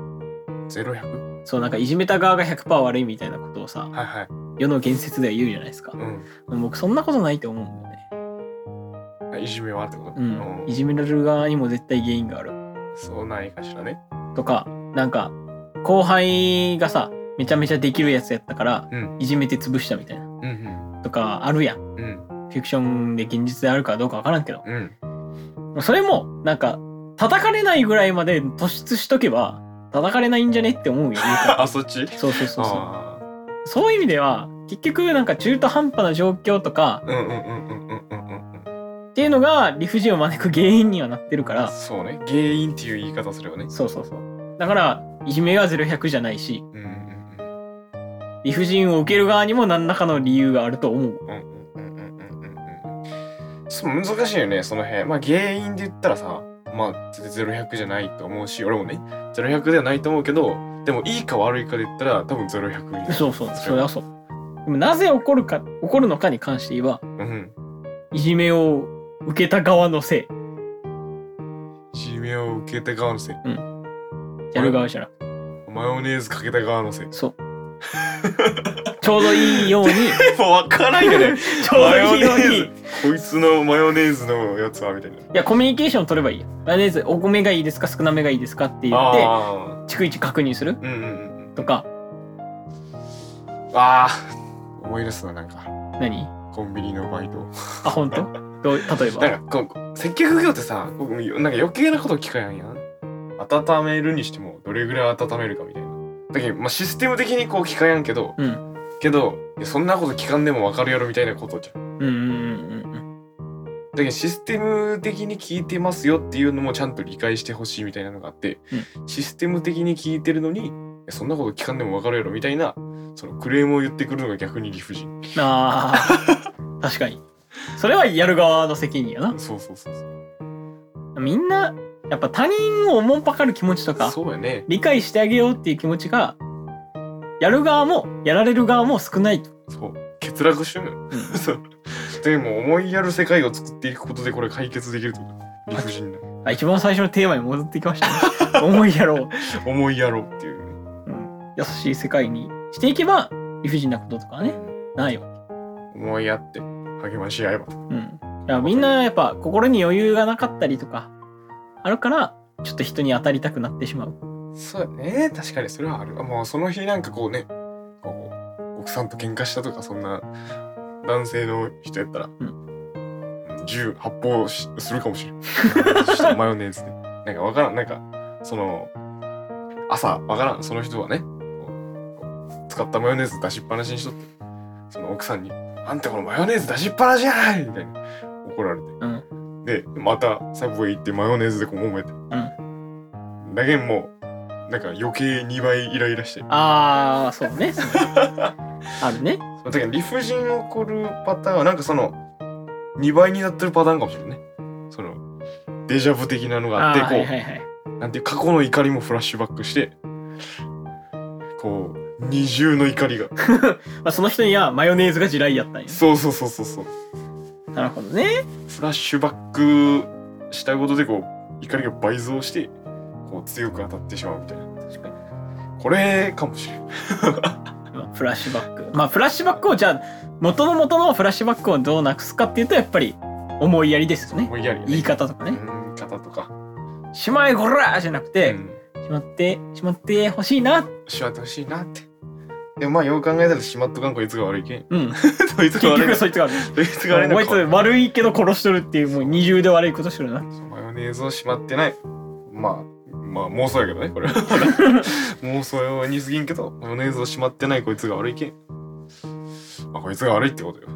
[SPEAKER 1] ゼロ百。
[SPEAKER 2] そうなんかいじめた側が100%悪いみたいなことをさ、
[SPEAKER 1] はいはい。
[SPEAKER 2] 世の言説では言うじゃないですか。
[SPEAKER 1] う
[SPEAKER 2] 僕そんなことないと思うんだよね。
[SPEAKER 1] ん。いじめはってこと。
[SPEAKER 2] うん。いじめられる側にも絶対原因がある。
[SPEAKER 1] そうないかしらね。
[SPEAKER 2] とか、なんか、後輩がさ、めちゃめちゃできるやつやったから、
[SPEAKER 1] うん
[SPEAKER 2] いじめて潰したみたいな。
[SPEAKER 1] うん
[SPEAKER 2] とか、あるやん。
[SPEAKER 1] うんうん
[SPEAKER 2] フィクションで現実であるかどうかわからんけど。
[SPEAKER 1] うん。
[SPEAKER 2] それも、なんか、叩かれないぐらいまで突出しとけば、叩かれないんじゃねって思うよ。言うか
[SPEAKER 1] あそっち。
[SPEAKER 2] らそうそうそうそう。
[SPEAKER 1] ああ。
[SPEAKER 2] そういう意味では、結局なんか中途半端な状況とか
[SPEAKER 1] うんうんうんうんうんうんうん
[SPEAKER 2] っていうのが理不尽を招く原因にはなってるか
[SPEAKER 1] うん。
[SPEAKER 2] ら、
[SPEAKER 1] そうね。原因っていう言い方すればね。
[SPEAKER 2] そうそうそう。だから、いじめが0100じゃないし、
[SPEAKER 1] うんうんうん
[SPEAKER 2] 理不尽を受ける側にも何らかの理由があると思う。
[SPEAKER 1] うんうんうんうんうんうんそう難しいよねその辺まあ原因で言ったらさまあ全然0100じゃないと思うし俺もね0100ではないと思うけどでもいいか悪いかで言ったら多分0100になる
[SPEAKER 2] そうそう、それはそう。でもなぜ起こるか、起こるのかに関して言えば、
[SPEAKER 1] うん
[SPEAKER 2] いじめを受けた側のせい、
[SPEAKER 1] いじめを受けた側のせい
[SPEAKER 2] やる側じゃなくて、
[SPEAKER 1] マヨネーズかけた側のせいも
[SPEAKER 2] そう。 ちょうどいいように、
[SPEAKER 1] う分からんよね
[SPEAKER 2] ちょうどいいよう
[SPEAKER 1] マヨ
[SPEAKER 2] に、
[SPEAKER 1] ネ
[SPEAKER 2] い
[SPEAKER 1] こいつのマヨネーズのやつはみたいな
[SPEAKER 2] や、コミュニケーション取ればいいよ。とりあえず、お米がいいですか、少なめがいいですかって言って、
[SPEAKER 1] あ
[SPEAKER 2] 逐一確認する
[SPEAKER 1] ーうんうんうん
[SPEAKER 2] とか、
[SPEAKER 1] あー思い出すななんか
[SPEAKER 2] 何
[SPEAKER 1] コンビニのバイト
[SPEAKER 2] あ、本当どう例えば。
[SPEAKER 1] なんかこう接客業ってさこうなんか余計なこと聞かやんやん温めるにしてもどれぐらい温めるかみたいなだけど、まあ、システム的にこう聞かやんけど
[SPEAKER 2] うん。
[SPEAKER 1] けどいやそんなこと聞かんでもわかるやろみたいなことじゃん
[SPEAKER 2] うんうんうんうん
[SPEAKER 1] だけどシステム的に聞いてますよっていうのもちゃんと理解してほしいみたいなのがあって、システム的に聞いてるのにいやそんなこと聞かんでもわかるやろみたいなそのクレームを言ってくるのが逆に理不尽
[SPEAKER 2] うん。あー 確かに。それはやる側の責任よな。
[SPEAKER 1] そうそうそうそう
[SPEAKER 2] みんな、やっぱ他人をおもんぱかる気持ちとか、
[SPEAKER 1] そうやね
[SPEAKER 2] 理解してあげようっていう気持ちが、やる側も、やられる側も少ない。
[SPEAKER 1] そう欠落してるのよそう。でも思いやる世界を作っていくことでこれ解決できるってこと理不尽な
[SPEAKER 2] あ一番最初のテーマに戻ってきました、ね。思いやろ
[SPEAKER 1] 思いやろうっていう
[SPEAKER 2] う、うん。優しい世界にしていけば、理不尽なこととかはね、
[SPEAKER 1] ね。
[SPEAKER 2] ないわ
[SPEAKER 1] 思いやって励まし合えば。
[SPEAKER 2] け。うん。いやみんなやっぱ心に余裕がなかったりとか、あるから、ちょっと人に当たりたくなってしまう。
[SPEAKER 1] そうやね確かにそれはある。もうその日なんかこうねこう奥さんと喧嘩したとかそんな男性の人やったら、
[SPEAKER 2] う
[SPEAKER 1] 銃発砲しするかもしれん。ちょっとマヨネーズで。なんかわからんなんかその朝わからんその人はねこうこう使ったマヨネーズ出しっぱなしにしとってその奥さんに「あんたこのマヨネーズ出しっぱなしやない!」みたいな怒られて、でまたサブウェイ行ってマヨネーズでこう揉めて、だけんもうなんか余計2倍イライラして
[SPEAKER 2] ああ、そうね。そうねあるね。
[SPEAKER 1] だけど理不尽起こるパターンはなんかその2倍になってるパターンかもしれないねそのデジャブ的なのがあって
[SPEAKER 2] あ
[SPEAKER 1] こ
[SPEAKER 2] ー
[SPEAKER 1] う、
[SPEAKER 2] はいはいはい。
[SPEAKER 1] なんていう過去の怒りもフラッシュバックしてこう二重の怒りが
[SPEAKER 2] まあ、その人にはマヨネーズが地雷やったんや。
[SPEAKER 1] そうそうそうそうそう
[SPEAKER 2] なるほどね。
[SPEAKER 1] フラッシュバックしたことでこう怒りが倍増してこう強く当たってしまうみたいな
[SPEAKER 2] 確かに。
[SPEAKER 1] これかもしれん
[SPEAKER 2] まあフラッシュバック。まあ、フラッシュバックをじゃあ、元の元のフラッシュバックをどうなくすかっていうと、やっぱり思いやりですよね
[SPEAKER 1] 思。いやり、ね、
[SPEAKER 2] 言い方とかね。
[SPEAKER 1] うん言い方とか、
[SPEAKER 2] しまえ、こらじゃなく
[SPEAKER 1] う
[SPEAKER 2] て、
[SPEAKER 1] ん、
[SPEAKER 2] しまって、しまってほしいな。
[SPEAKER 1] しまってほしいなってでもまあよく考えたらしまっとかんこいつが悪いけん
[SPEAKER 2] うん。
[SPEAKER 1] そいつ
[SPEAKER 2] 結
[SPEAKER 1] が悪い
[SPEAKER 2] 局
[SPEAKER 1] な
[SPEAKER 2] そいつ が悪い。
[SPEAKER 1] そいつが悪いな
[SPEAKER 2] こいつ悪いけど殺しとるっていう、もう二重で悪いことしてるな。
[SPEAKER 1] マヨネーズをしまってない。まあ、まあ妄想やけどね、こ れは。妄想にすぎんけど、マヨネーズをしまってないこいつが悪いけん。まあ、こいつが悪いってことよ。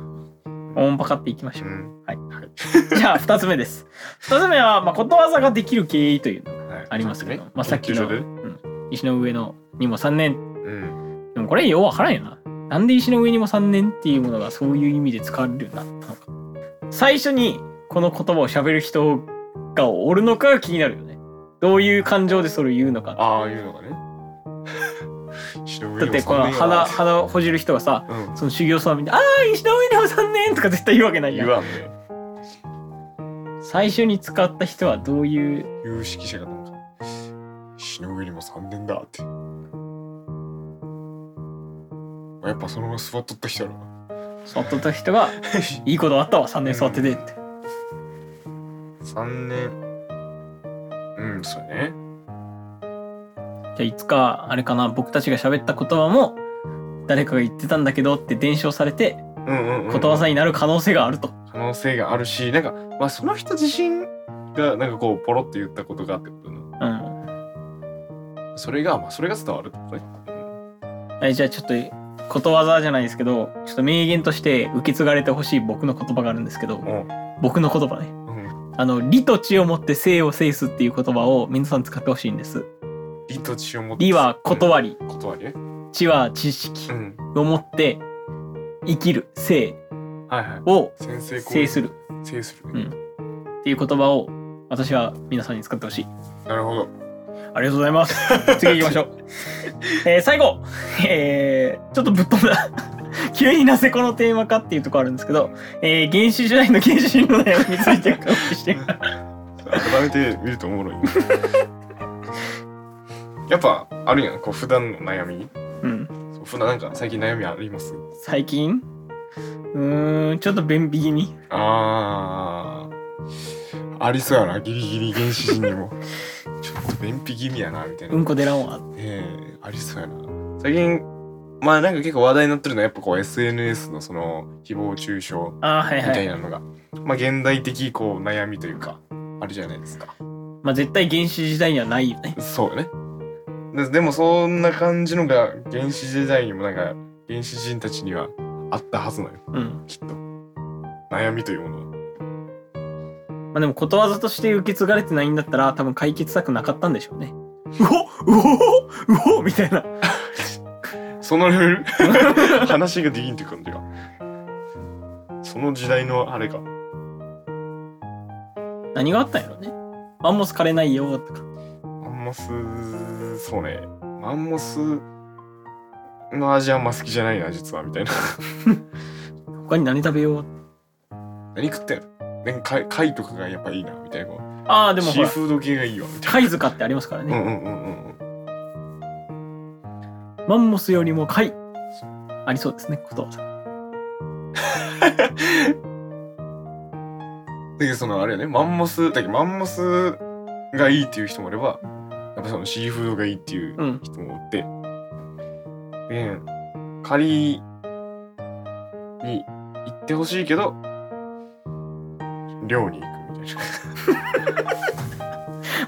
[SPEAKER 2] オンパカっていきまし
[SPEAKER 1] う
[SPEAKER 2] ょう。
[SPEAKER 1] ん。
[SPEAKER 2] はい
[SPEAKER 1] はい。
[SPEAKER 2] じゃあ、二つ目です。二つ目は、まあ、ことわざができる経緯というのが
[SPEAKER 1] はい
[SPEAKER 2] ありますけど、
[SPEAKER 1] ね
[SPEAKER 2] まあ、さっき
[SPEAKER 1] 研
[SPEAKER 2] の、
[SPEAKER 1] 究所で
[SPEAKER 2] う
[SPEAKER 1] ね
[SPEAKER 2] ん、石の上のにも3年
[SPEAKER 1] うん。
[SPEAKER 2] でもこれようわからんよな。なんで石の上にも3年っていうものがそういう意味で使われるようになったのか。最初にこの言葉を喋る人がおるのかが気になるよね。どういう感情でそれを言うのか。
[SPEAKER 1] ああいうのがね。 白
[SPEAKER 2] だってこの鼻、鼻をほじる人がさ、
[SPEAKER 1] うん。
[SPEAKER 2] その修行僧みたいな、ああー、石の上にも3年とか絶対言うわけないや
[SPEAKER 1] 言
[SPEAKER 2] ん。
[SPEAKER 1] わんね。
[SPEAKER 2] 最初に使った人はどういう、
[SPEAKER 1] 有識者がなんか、死の上にも3年だって。やっぱそのまま座っとった人やろな。
[SPEAKER 2] 座っとった人 が、いいことあったわ、3年座っててって。
[SPEAKER 1] 3年うんそうね
[SPEAKER 2] じゃあいつかあれかな僕たちが喋った言葉も誰かが言ってたんだけどって伝承されて
[SPEAKER 1] うんうん、うん、
[SPEAKER 2] ことわざになる可能性があると。
[SPEAKER 1] 可能性があるしなんかまあその人自身がなんかこうポロって言ったことがあってことな
[SPEAKER 2] うん。
[SPEAKER 1] それがまあそれが伝わるってことね
[SPEAKER 2] はいじゃあちょっとことわざじゃないですけどちょっと名言として受け継がれてほしい僕の言葉があるんですけど僕の言葉ね。
[SPEAKER 1] うん、うん、
[SPEAKER 2] あの「理と知をもって生を制す」っていう言葉を皆さん使ってほしいんです。
[SPEAKER 1] 理と知を持って
[SPEAKER 2] 理は断り、
[SPEAKER 1] うん断りね
[SPEAKER 2] 知は知
[SPEAKER 1] う
[SPEAKER 2] 識
[SPEAKER 1] ん
[SPEAKER 2] をもって生きる生
[SPEAKER 1] はいはい
[SPEAKER 2] を
[SPEAKER 1] 先生
[SPEAKER 2] 制する
[SPEAKER 1] 制する、
[SPEAKER 2] う
[SPEAKER 1] ね
[SPEAKER 2] んっていう言葉を私は皆さんに使ってほしい。
[SPEAKER 1] なるほど
[SPEAKER 2] ありがとうござ います。次行きましょう。えー最後、えーちょっとぶっ飛んだ。 急になぜこのテーマかっていうところあるんですけど、えー原始時代の原始人の悩みについてお聞きし て
[SPEAKER 1] 改めて見るとおも ろいねやっぱあるやんこう普段の悩み
[SPEAKER 2] うん。
[SPEAKER 1] そう普段なんか最近悩みあります
[SPEAKER 2] 最近うーん、ちょっと便秘気味。
[SPEAKER 1] ああありそうやなギリギリ原始人にもちょっと便秘気味やなみたいな、
[SPEAKER 2] う
[SPEAKER 1] ね
[SPEAKER 2] んこ出らんわ。
[SPEAKER 1] えありそうやな最近まあなんか結構話題になってるのはやっぱこう SNS のその誹謗中傷み
[SPEAKER 2] あーはいは
[SPEAKER 1] たい
[SPEAKER 2] い。
[SPEAKER 1] なのが、まあ現代的こう悩みというかあるじゃないですか
[SPEAKER 2] まあ絶対原始時代にはないよね。
[SPEAKER 1] そうよねででもそんな感じのが原始時代にもなんか原始人たちにはあったはずなのよ
[SPEAKER 2] うん。
[SPEAKER 1] きっと悩みというものは
[SPEAKER 2] まあでもことわざとして受け継がれてないんだったら多分解決策なかったんでしょうね。うおうおうおみたいな。
[SPEAKER 1] そのレベル 話ができんっていう感じがその時代のあれか
[SPEAKER 2] 何があったんやろうね。マンモス枯れないよとか。
[SPEAKER 1] マンモスそうねマンモスの味あんま好きじゃないな実はみたいな
[SPEAKER 2] 他に何食べよう
[SPEAKER 1] 何食ったやろなんか貝貝とかがやっぱいいなみたいな
[SPEAKER 2] ああでも
[SPEAKER 1] シ
[SPEAKER 2] ほ
[SPEAKER 1] ー
[SPEAKER 2] ら
[SPEAKER 1] フード系がいいわみたい
[SPEAKER 2] 貝塚ってありますから
[SPEAKER 1] なう
[SPEAKER 2] ね、
[SPEAKER 1] んうんうんうんうん
[SPEAKER 2] マンモスよりも貝ありそうですねことわざ
[SPEAKER 1] だけどそのあれやねマンモスだけどマンモスがいいっていう人もいればやっぱそのシーフードがいいっていう
[SPEAKER 2] うん
[SPEAKER 1] 人もおって、で仮に行ってほしいけど寮に行くみたいな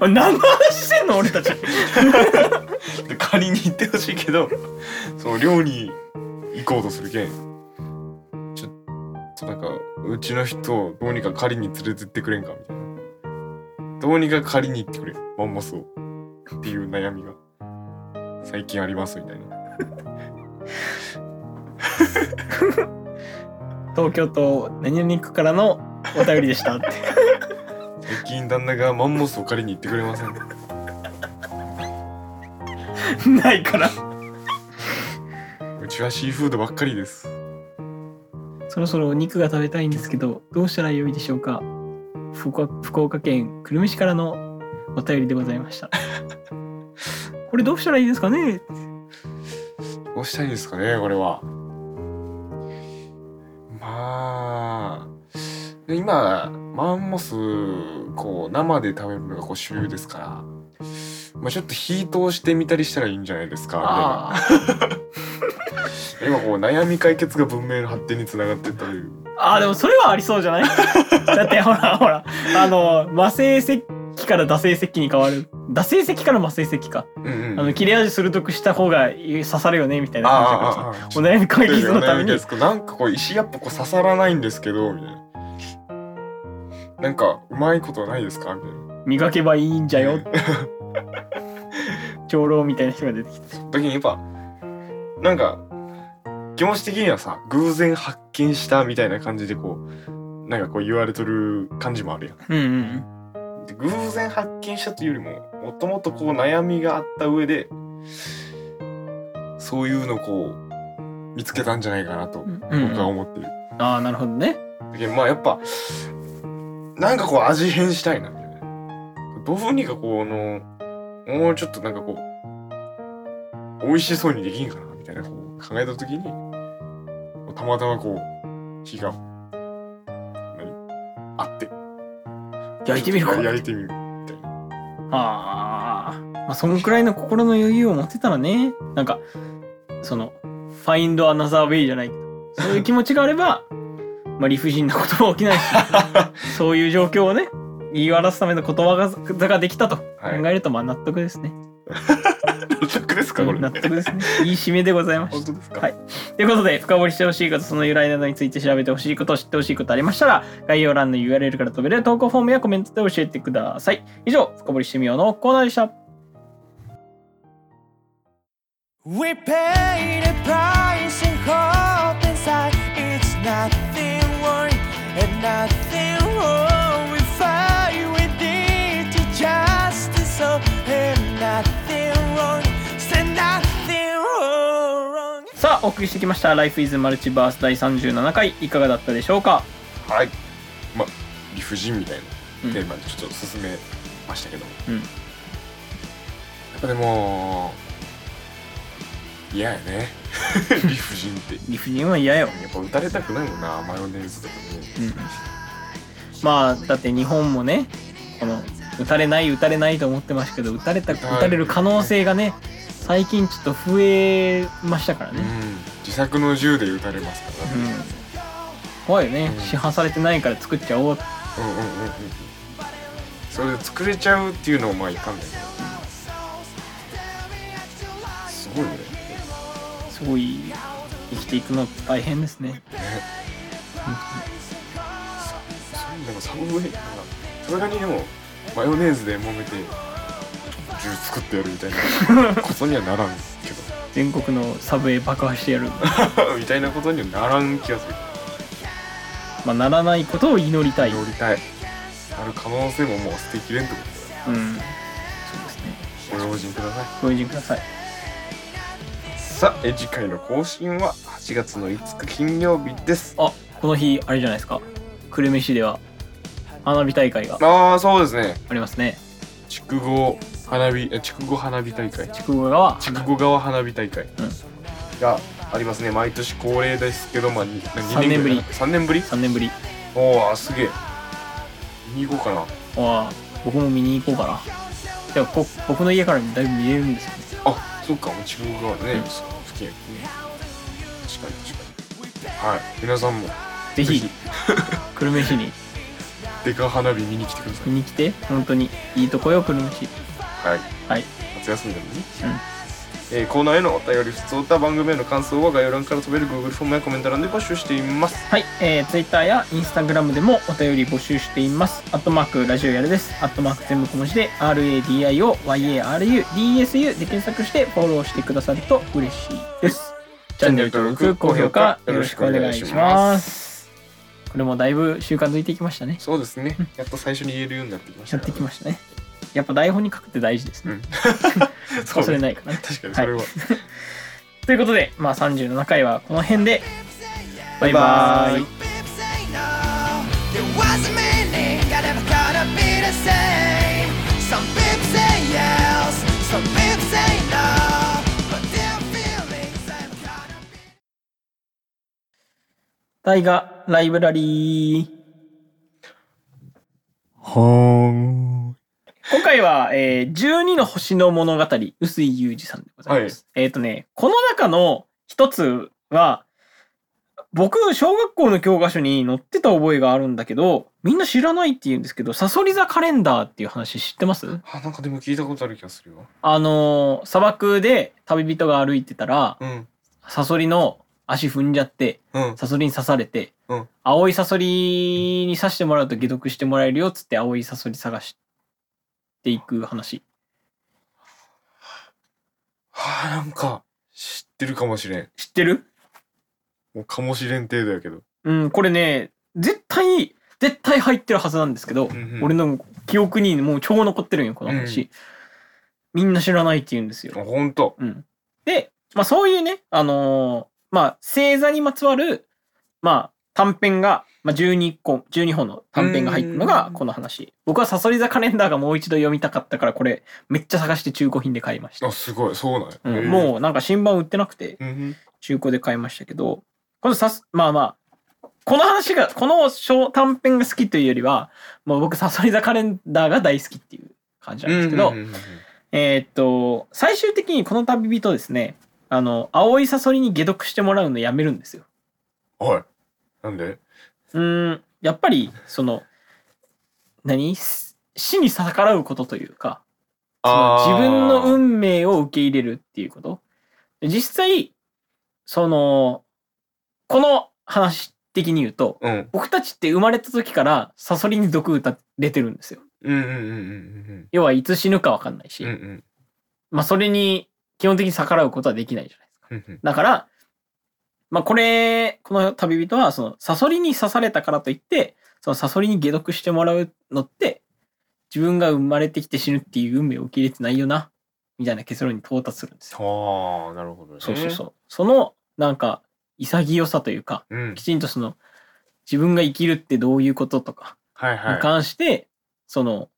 [SPEAKER 2] あ何の話してんの俺たち
[SPEAKER 1] で仮に行ってほしいけどその寮に行こうとするけんちょっとなんかうちの人をどうにか仮に連れてってくれんかみたいなどうにか仮に行ってくれマンモスをっていう悩みが最近ありますみたいな
[SPEAKER 2] 東京都何々区からのお便りでしたって
[SPEAKER 1] 最近旦那がマンモスを借りに行ってくれません
[SPEAKER 2] ないから
[SPEAKER 1] うちはシーフードばっかりです。
[SPEAKER 2] そろそろお肉が食べたいんですけどどうしたらよいでしょうか福岡福岡県久留米市からのお便りでございました これどうしたらいいですかね
[SPEAKER 1] どうしたいんですかね、これは。まあ、今、マンモス、こう、生で食べるのがこう主流ですから、まあちょっと火通してみたりしたらいいんじゃないですか、
[SPEAKER 2] あー
[SPEAKER 1] みたいな。今こう、悩み解決が文明の発展につながってったという。
[SPEAKER 2] あーでもそれはありそうじゃない だってほらほらあの魔性石器から惰性石器に変わる惰性石器から魔性石器か、
[SPEAKER 1] うん
[SPEAKER 2] あの切れ味鋭くした方が刺さるよねみたいな感じだからさ
[SPEAKER 1] ああ、ああ、
[SPEAKER 2] お悩み解決のために
[SPEAKER 1] ですなんかこう石やっぱこう刺さらないんですけどみたいな。なんかうまいことないですかみたいな。
[SPEAKER 2] 磨けばいいんじゃ よ。長老みたいな人が出てきた。
[SPEAKER 1] 時にやっぱなんか気持ち的にはさ偶然発見したみたいな感じでこうなんかこう言われとる感じもあるやん。
[SPEAKER 2] うんうん。
[SPEAKER 1] で偶然発見したというよりももともとこう悩みがあった上でそういうのをこう見つけたんじゃないかなと
[SPEAKER 2] うん
[SPEAKER 1] 僕は思ってる。
[SPEAKER 2] ああ、なるほどね。
[SPEAKER 1] だけどまあやっぱなんかこう味変したいなみたいなどうにかこうあのもうちょっとなんかこう美味しそうにできんかなみたいなこう考えた時にたまたまこう火が何あって
[SPEAKER 2] 焼いてみるか
[SPEAKER 1] ちょっと焼いてみる
[SPEAKER 2] ああ。まあ、そのくらいの心の余裕を持てたらね、なんか、その、find another way じゃないけど、そういう気持ちがあれば、まあ、理不尽なことは起きないし、そういう状況をね、言い表すための言葉がざができたと考
[SPEAKER 1] はい
[SPEAKER 2] えると、まあ、納得ですね。
[SPEAKER 1] 納得ですかこれ
[SPEAKER 2] 納得ですね。いい締めでございました
[SPEAKER 1] 本。当ですか
[SPEAKER 2] はいということで、深掘りしてほしいこと、その由来などについて調べてほしいこと、知ってほしいことありましたら、概要欄の URL から飛べる投稿フォームやコメントで教えてください。以上、深掘りしてみようのコーナーでした。
[SPEAKER 4] We paid a price and hope inside. It's nothing worry and nothing wrong. We fight, we did to justice, so and nothing wrong. Say nothing wrong.
[SPEAKER 2] さあ、お送りしてきました、Life is Multiverse 第37回、いかがだったでしょうか
[SPEAKER 1] はいまあ理不尽みたい
[SPEAKER 2] うん
[SPEAKER 1] なテーマでちょっと進めましたけども、
[SPEAKER 2] うん
[SPEAKER 1] やっぱでも嫌やね 理不尽って
[SPEAKER 2] 理不尽は嫌よ。
[SPEAKER 1] やっぱ打たれたくないもんなマヨネーズとか
[SPEAKER 2] う
[SPEAKER 1] ね、
[SPEAKER 2] ん。まあ、だって日本もね、この、打たれない、打たれないと思ってましたけど、打たれた、打たれる可能性がね、最近ちょっと増えましたから
[SPEAKER 1] うん
[SPEAKER 2] ね。
[SPEAKER 1] 自作の銃で打たれますから
[SPEAKER 2] うん
[SPEAKER 1] ね、。
[SPEAKER 2] 怖いよね
[SPEAKER 1] う。ん
[SPEAKER 2] 市販されてないから作っちゃおうって
[SPEAKER 1] うん、うんうんうんうんそれで作れちゃうっていうのもまあいかんだけどすごいね
[SPEAKER 2] すごい生きていくのって大変ですね。
[SPEAKER 1] そうでもサブウェイなんかさすがにでもマヨネーズで揉めて銃作ってやるみたい なことにはならんけど
[SPEAKER 2] 全国のサブウェイ爆破 してやる。
[SPEAKER 1] みたいなことにはならん気がする
[SPEAKER 2] まあならないことを祈りたい。うん。
[SPEAKER 1] 乗
[SPEAKER 2] そ
[SPEAKER 1] り
[SPEAKER 2] う
[SPEAKER 1] たいなる可能性ももう捨てきれんってこ
[SPEAKER 2] です
[SPEAKER 1] と
[SPEAKER 2] ね。
[SPEAKER 1] だご用心ください
[SPEAKER 2] ご友人ください。
[SPEAKER 1] さあえ次回の更新は8月の5日金曜日です
[SPEAKER 2] あ、この日あれじゃないですか。久留米市では花火大会が
[SPEAKER 1] ああそうですね
[SPEAKER 2] ありますね。
[SPEAKER 1] 筑後花火え筑後花火大会
[SPEAKER 2] 筑後川。
[SPEAKER 1] 筑後川花火大会
[SPEAKER 2] うん
[SPEAKER 1] がありますね毎年恒例ですけどまあに
[SPEAKER 2] 三年ぶり
[SPEAKER 1] 3年ぶり
[SPEAKER 2] 3年ぶり。
[SPEAKER 1] おおすげえ見に行こうかな
[SPEAKER 2] わあ、僕も見に行こうかな。でもこ僕の家からだいぶ見えるんですよね。
[SPEAKER 1] あそっかもう筑後川ね、
[SPEAKER 2] うん
[SPEAKER 1] その付近確かに確かにはい皆さんも
[SPEAKER 2] ぜ
[SPEAKER 1] ぜ
[SPEAKER 2] ひ
[SPEAKER 1] ひ
[SPEAKER 2] 久留米市に
[SPEAKER 1] デカ花火見に来てください
[SPEAKER 2] 見に来て、本当にいいとこよ久留米市。
[SPEAKER 1] はい
[SPEAKER 2] はい。
[SPEAKER 1] 夏休みでもね、
[SPEAKER 2] うん
[SPEAKER 1] えーコーナーへのお便り普通歌番組への感想は概要欄から飛べる Google フォームやコメント欄で募集しています
[SPEAKER 2] はい、えー、Twitter や Instagram でもお便り募集しています。アットマークラジオやるです。アットマーク全部小文字で RADIOYARUDSU で検索してフォローしてくださると嬉しいです。チャンネル登録、高評価よろしくお願いします。これもだいぶ習慣づいてきましたね。
[SPEAKER 1] そうですねやっと最初に言えるようになってきまし
[SPEAKER 2] や
[SPEAKER 1] た
[SPEAKER 2] ってきましたね。やっぱ台本に書くって大事ですね。
[SPEAKER 1] そう
[SPEAKER 2] 忘れ
[SPEAKER 1] ね
[SPEAKER 2] ないからね。
[SPEAKER 1] 確かにそれは、
[SPEAKER 2] ということで、まあ、37回はこの辺でバイバーイ
[SPEAKER 4] Bips say no. There was a meaning, I never thought I'd be the same. Some bips say yes, some bips say no. But their feelings, I'm gonna be.
[SPEAKER 2] タイガライブラリー。今回は、えー、12の星の物語、臼井裕二さんでございます。えっ、とね、この中の一つは、僕、小学校の教科書に載ってた覚えがあるんだけど、みんな知らないって言うんですけど、サソリ座カレンダーっていう話知ってます
[SPEAKER 1] あなんかでも聞いたことある気がするよ
[SPEAKER 2] あのー砂漠で旅人が歩いてたら、
[SPEAKER 1] うん
[SPEAKER 2] サソリの足踏んじゃって、
[SPEAKER 1] うん
[SPEAKER 2] サソリに刺されて、
[SPEAKER 1] うん
[SPEAKER 2] 青いサソリに刺してもらうと解毒してもらえるよっつって青いサソリ探していく話
[SPEAKER 1] はあなんか知ってるかもしれん
[SPEAKER 2] 知ってる
[SPEAKER 1] もうかもしれん程度やけど
[SPEAKER 2] うんこれね絶対絶対入ってるはずなんですけど、
[SPEAKER 1] んうん
[SPEAKER 2] 俺の記憶にもう超残ってるんよこの話、みんな知らないって言うんですよ
[SPEAKER 1] あ、ほんと
[SPEAKER 2] うん、で、まあ、そういうね、あのーまあ、星座にまつわる、まあ、短編が、まあ、12, 個12本の短編が入ったのが
[SPEAKER 1] うん
[SPEAKER 2] この話僕は「サソリ座カレンダー」がもう一度読みたかったからこれめっちゃ探して中古品で買いました
[SPEAKER 1] あ、すごいそうなんや、
[SPEAKER 2] う
[SPEAKER 1] へえ
[SPEAKER 2] ん、もうなんか新版売ってなくて
[SPEAKER 1] うんうん
[SPEAKER 2] 中古で買いましたけどこのさすまあまあこの話がこの小短編が好きというよりはもう僕「サソリ座カレンダー」が大好きっていう感じなんですけど、
[SPEAKER 1] うんうんうんうん
[SPEAKER 2] えーっと最終的にこの旅人ですねあの青いサソリに解毒してもらうのやめるんですよ。
[SPEAKER 1] おいなんで
[SPEAKER 2] うーんやっぱりその何死死に逆らうことというかその自分の
[SPEAKER 1] 運
[SPEAKER 2] 運命を受け入れるっていうことで実際そのこの話的に言うと
[SPEAKER 1] うん
[SPEAKER 2] 僕たちって生まれた時からサソリに毒打たれてるんですよ。
[SPEAKER 1] うんうんうんうん
[SPEAKER 2] 要はいつ死ぬか分かんないし、
[SPEAKER 1] うんうんうん
[SPEAKER 2] まあ、それに基本的に逆らうことはできないじゃないですか。
[SPEAKER 1] うんうん
[SPEAKER 2] だから、まあ、これ、この旅人は、その、サソリに刺されたからといって、そのサソリに解毒してもらうのって、自分が生まれてきて死ぬっていう運命を受け入れてないよな、みたいな結論に到達するんですよ。
[SPEAKER 1] ああなるほどね
[SPEAKER 2] そうそうそう。その、なんか、潔さというか、
[SPEAKER 1] ううん
[SPEAKER 2] きちんとその、自分が生きるってどういうこととか、
[SPEAKER 1] はいは
[SPEAKER 2] に
[SPEAKER 1] い
[SPEAKER 2] 関して、その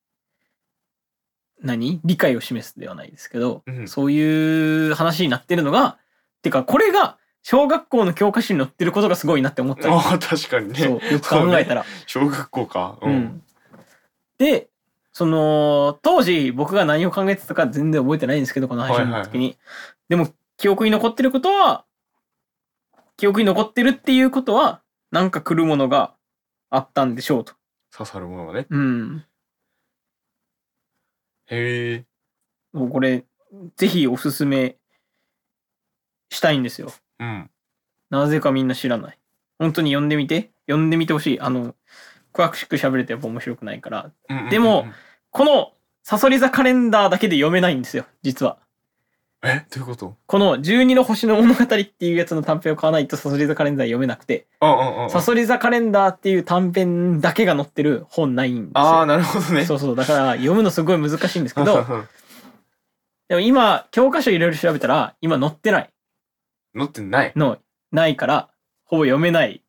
[SPEAKER 2] 何理解を示すではないですけど、
[SPEAKER 1] うん
[SPEAKER 2] そういう話になってるのがてかこれが小学校の教科書に載ってることがすごいなって思ったの
[SPEAKER 1] ああ確かにね
[SPEAKER 2] そうよく考えたら。
[SPEAKER 1] 小学校か
[SPEAKER 2] う、んでその当時僕が何を考えてたか全然覚えてないんですけどこの配信の時に、でも記憶に残ってることは記憶に残ってるっていうことはなんか来るものがあったんでしょうと。
[SPEAKER 1] 刺さるものがね
[SPEAKER 2] うん
[SPEAKER 1] へえ
[SPEAKER 2] もうこれ、ぜひおすすめしたいんですよ。
[SPEAKER 1] うん
[SPEAKER 2] なぜかみんな知らない。本当に読んでみて。読んでみてほしい。あの、詳しく喋れてやっぱ面白くないから。
[SPEAKER 1] うんうんうん
[SPEAKER 2] でもこの、サソリ座カレンダーだけで読めないんですよ、実は。
[SPEAKER 1] えどういうこと
[SPEAKER 2] この12の星の物語っていうやつの短編を買わないとサソリ座カレンダー読めなくて、
[SPEAKER 1] あああ
[SPEAKER 2] サソリ座カレンダーっていう短編だけが載ってる本ないんです
[SPEAKER 1] ああ
[SPEAKER 2] よ。
[SPEAKER 1] なるほどね
[SPEAKER 2] そううそう。だから読むのすごい難しいんですけ ど、でも今、教科書いろいろ調べたら、今載ってない。
[SPEAKER 1] 乗ってない
[SPEAKER 2] のないからほぼ読めない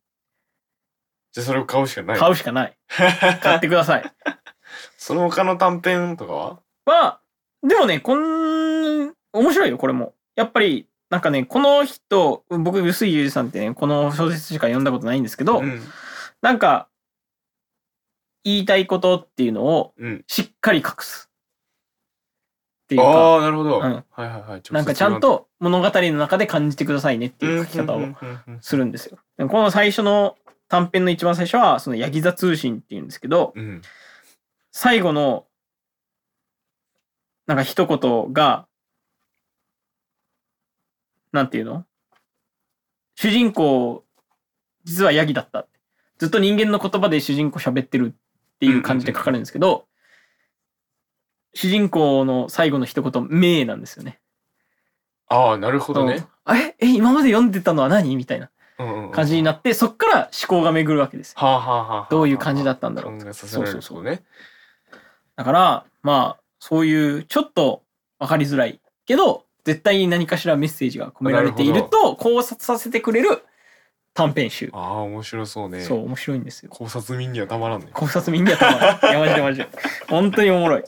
[SPEAKER 1] じゃあそれを買うしかない
[SPEAKER 2] 買うしかない買ってください
[SPEAKER 1] その他の短編とかは
[SPEAKER 2] はでもねこん面白いよこれもやっぱりなんかねこの人僕臼井裕二さんってねこの小説しか読んだことないんですけど、
[SPEAKER 1] うん
[SPEAKER 2] なんか言いたいことっていうのを
[SPEAKER 1] うん
[SPEAKER 2] しっかり隠すっていう
[SPEAKER 1] あ
[SPEAKER 2] か
[SPEAKER 1] あなるほど、
[SPEAKER 2] ん
[SPEAKER 1] はいはいはい
[SPEAKER 2] なんかちゃんと物語の中で感じてくださいねっていう書き方をするんですよ。でもこの最初の短編の一番最初は、そのヤギ座通信っていうんですけど、
[SPEAKER 1] うん
[SPEAKER 2] 最後の、なんか一言が、なんていうの主人公、実はヤギだった。ずっと人間の言葉で主人公喋ってるっていう感じで書かれるんですけど、主人公の最後の一言、名なんですよね。
[SPEAKER 1] ああなるほどね
[SPEAKER 2] うんえ、え、今まで読んでたのは何みたいな。
[SPEAKER 1] うんうん
[SPEAKER 2] 感じになって、そっから思考が巡るわけですよ。
[SPEAKER 1] はあはあはあ
[SPEAKER 2] どういう感じだったんだろう。
[SPEAKER 1] 考えさせられる
[SPEAKER 2] そう
[SPEAKER 1] と
[SPEAKER 2] そうそう
[SPEAKER 1] ね
[SPEAKER 2] だから、まあ、そういうちょっと分かりづらいけど絶対に何かしらメッセージが込められてい
[SPEAKER 1] な
[SPEAKER 2] る
[SPEAKER 1] る
[SPEAKER 2] と考察させてくれる短編集、
[SPEAKER 1] ああ、面白そうね。
[SPEAKER 2] そう面白いんですよ
[SPEAKER 1] 考察民にはたまらんね。
[SPEAKER 2] 考察民にはたまらんいやマジでマ ジで本当におもろい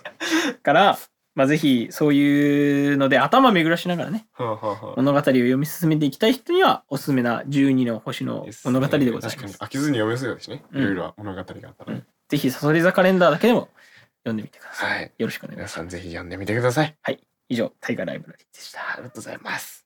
[SPEAKER 2] から、まあ、ぜひそういうので頭巡らしながらね
[SPEAKER 1] はあはあはあ
[SPEAKER 2] 物語を読み進めていきたい人にはおすすめな12の星の
[SPEAKER 1] です
[SPEAKER 2] 物語でござい
[SPEAKER 1] 確
[SPEAKER 2] ま
[SPEAKER 1] かに
[SPEAKER 2] す
[SPEAKER 1] 飽きずに読めそうだしね。
[SPEAKER 2] うん
[SPEAKER 1] いろいろ物語があったら、
[SPEAKER 2] うんぜひサソリ座カレンダーだけでも読んでみてください
[SPEAKER 1] はい。
[SPEAKER 2] よろしくお願いしま
[SPEAKER 1] 皆
[SPEAKER 2] す
[SPEAKER 1] さんぜひ読んでみてください。
[SPEAKER 2] 以上タイガーライブラリーでした
[SPEAKER 1] ありがとうございます。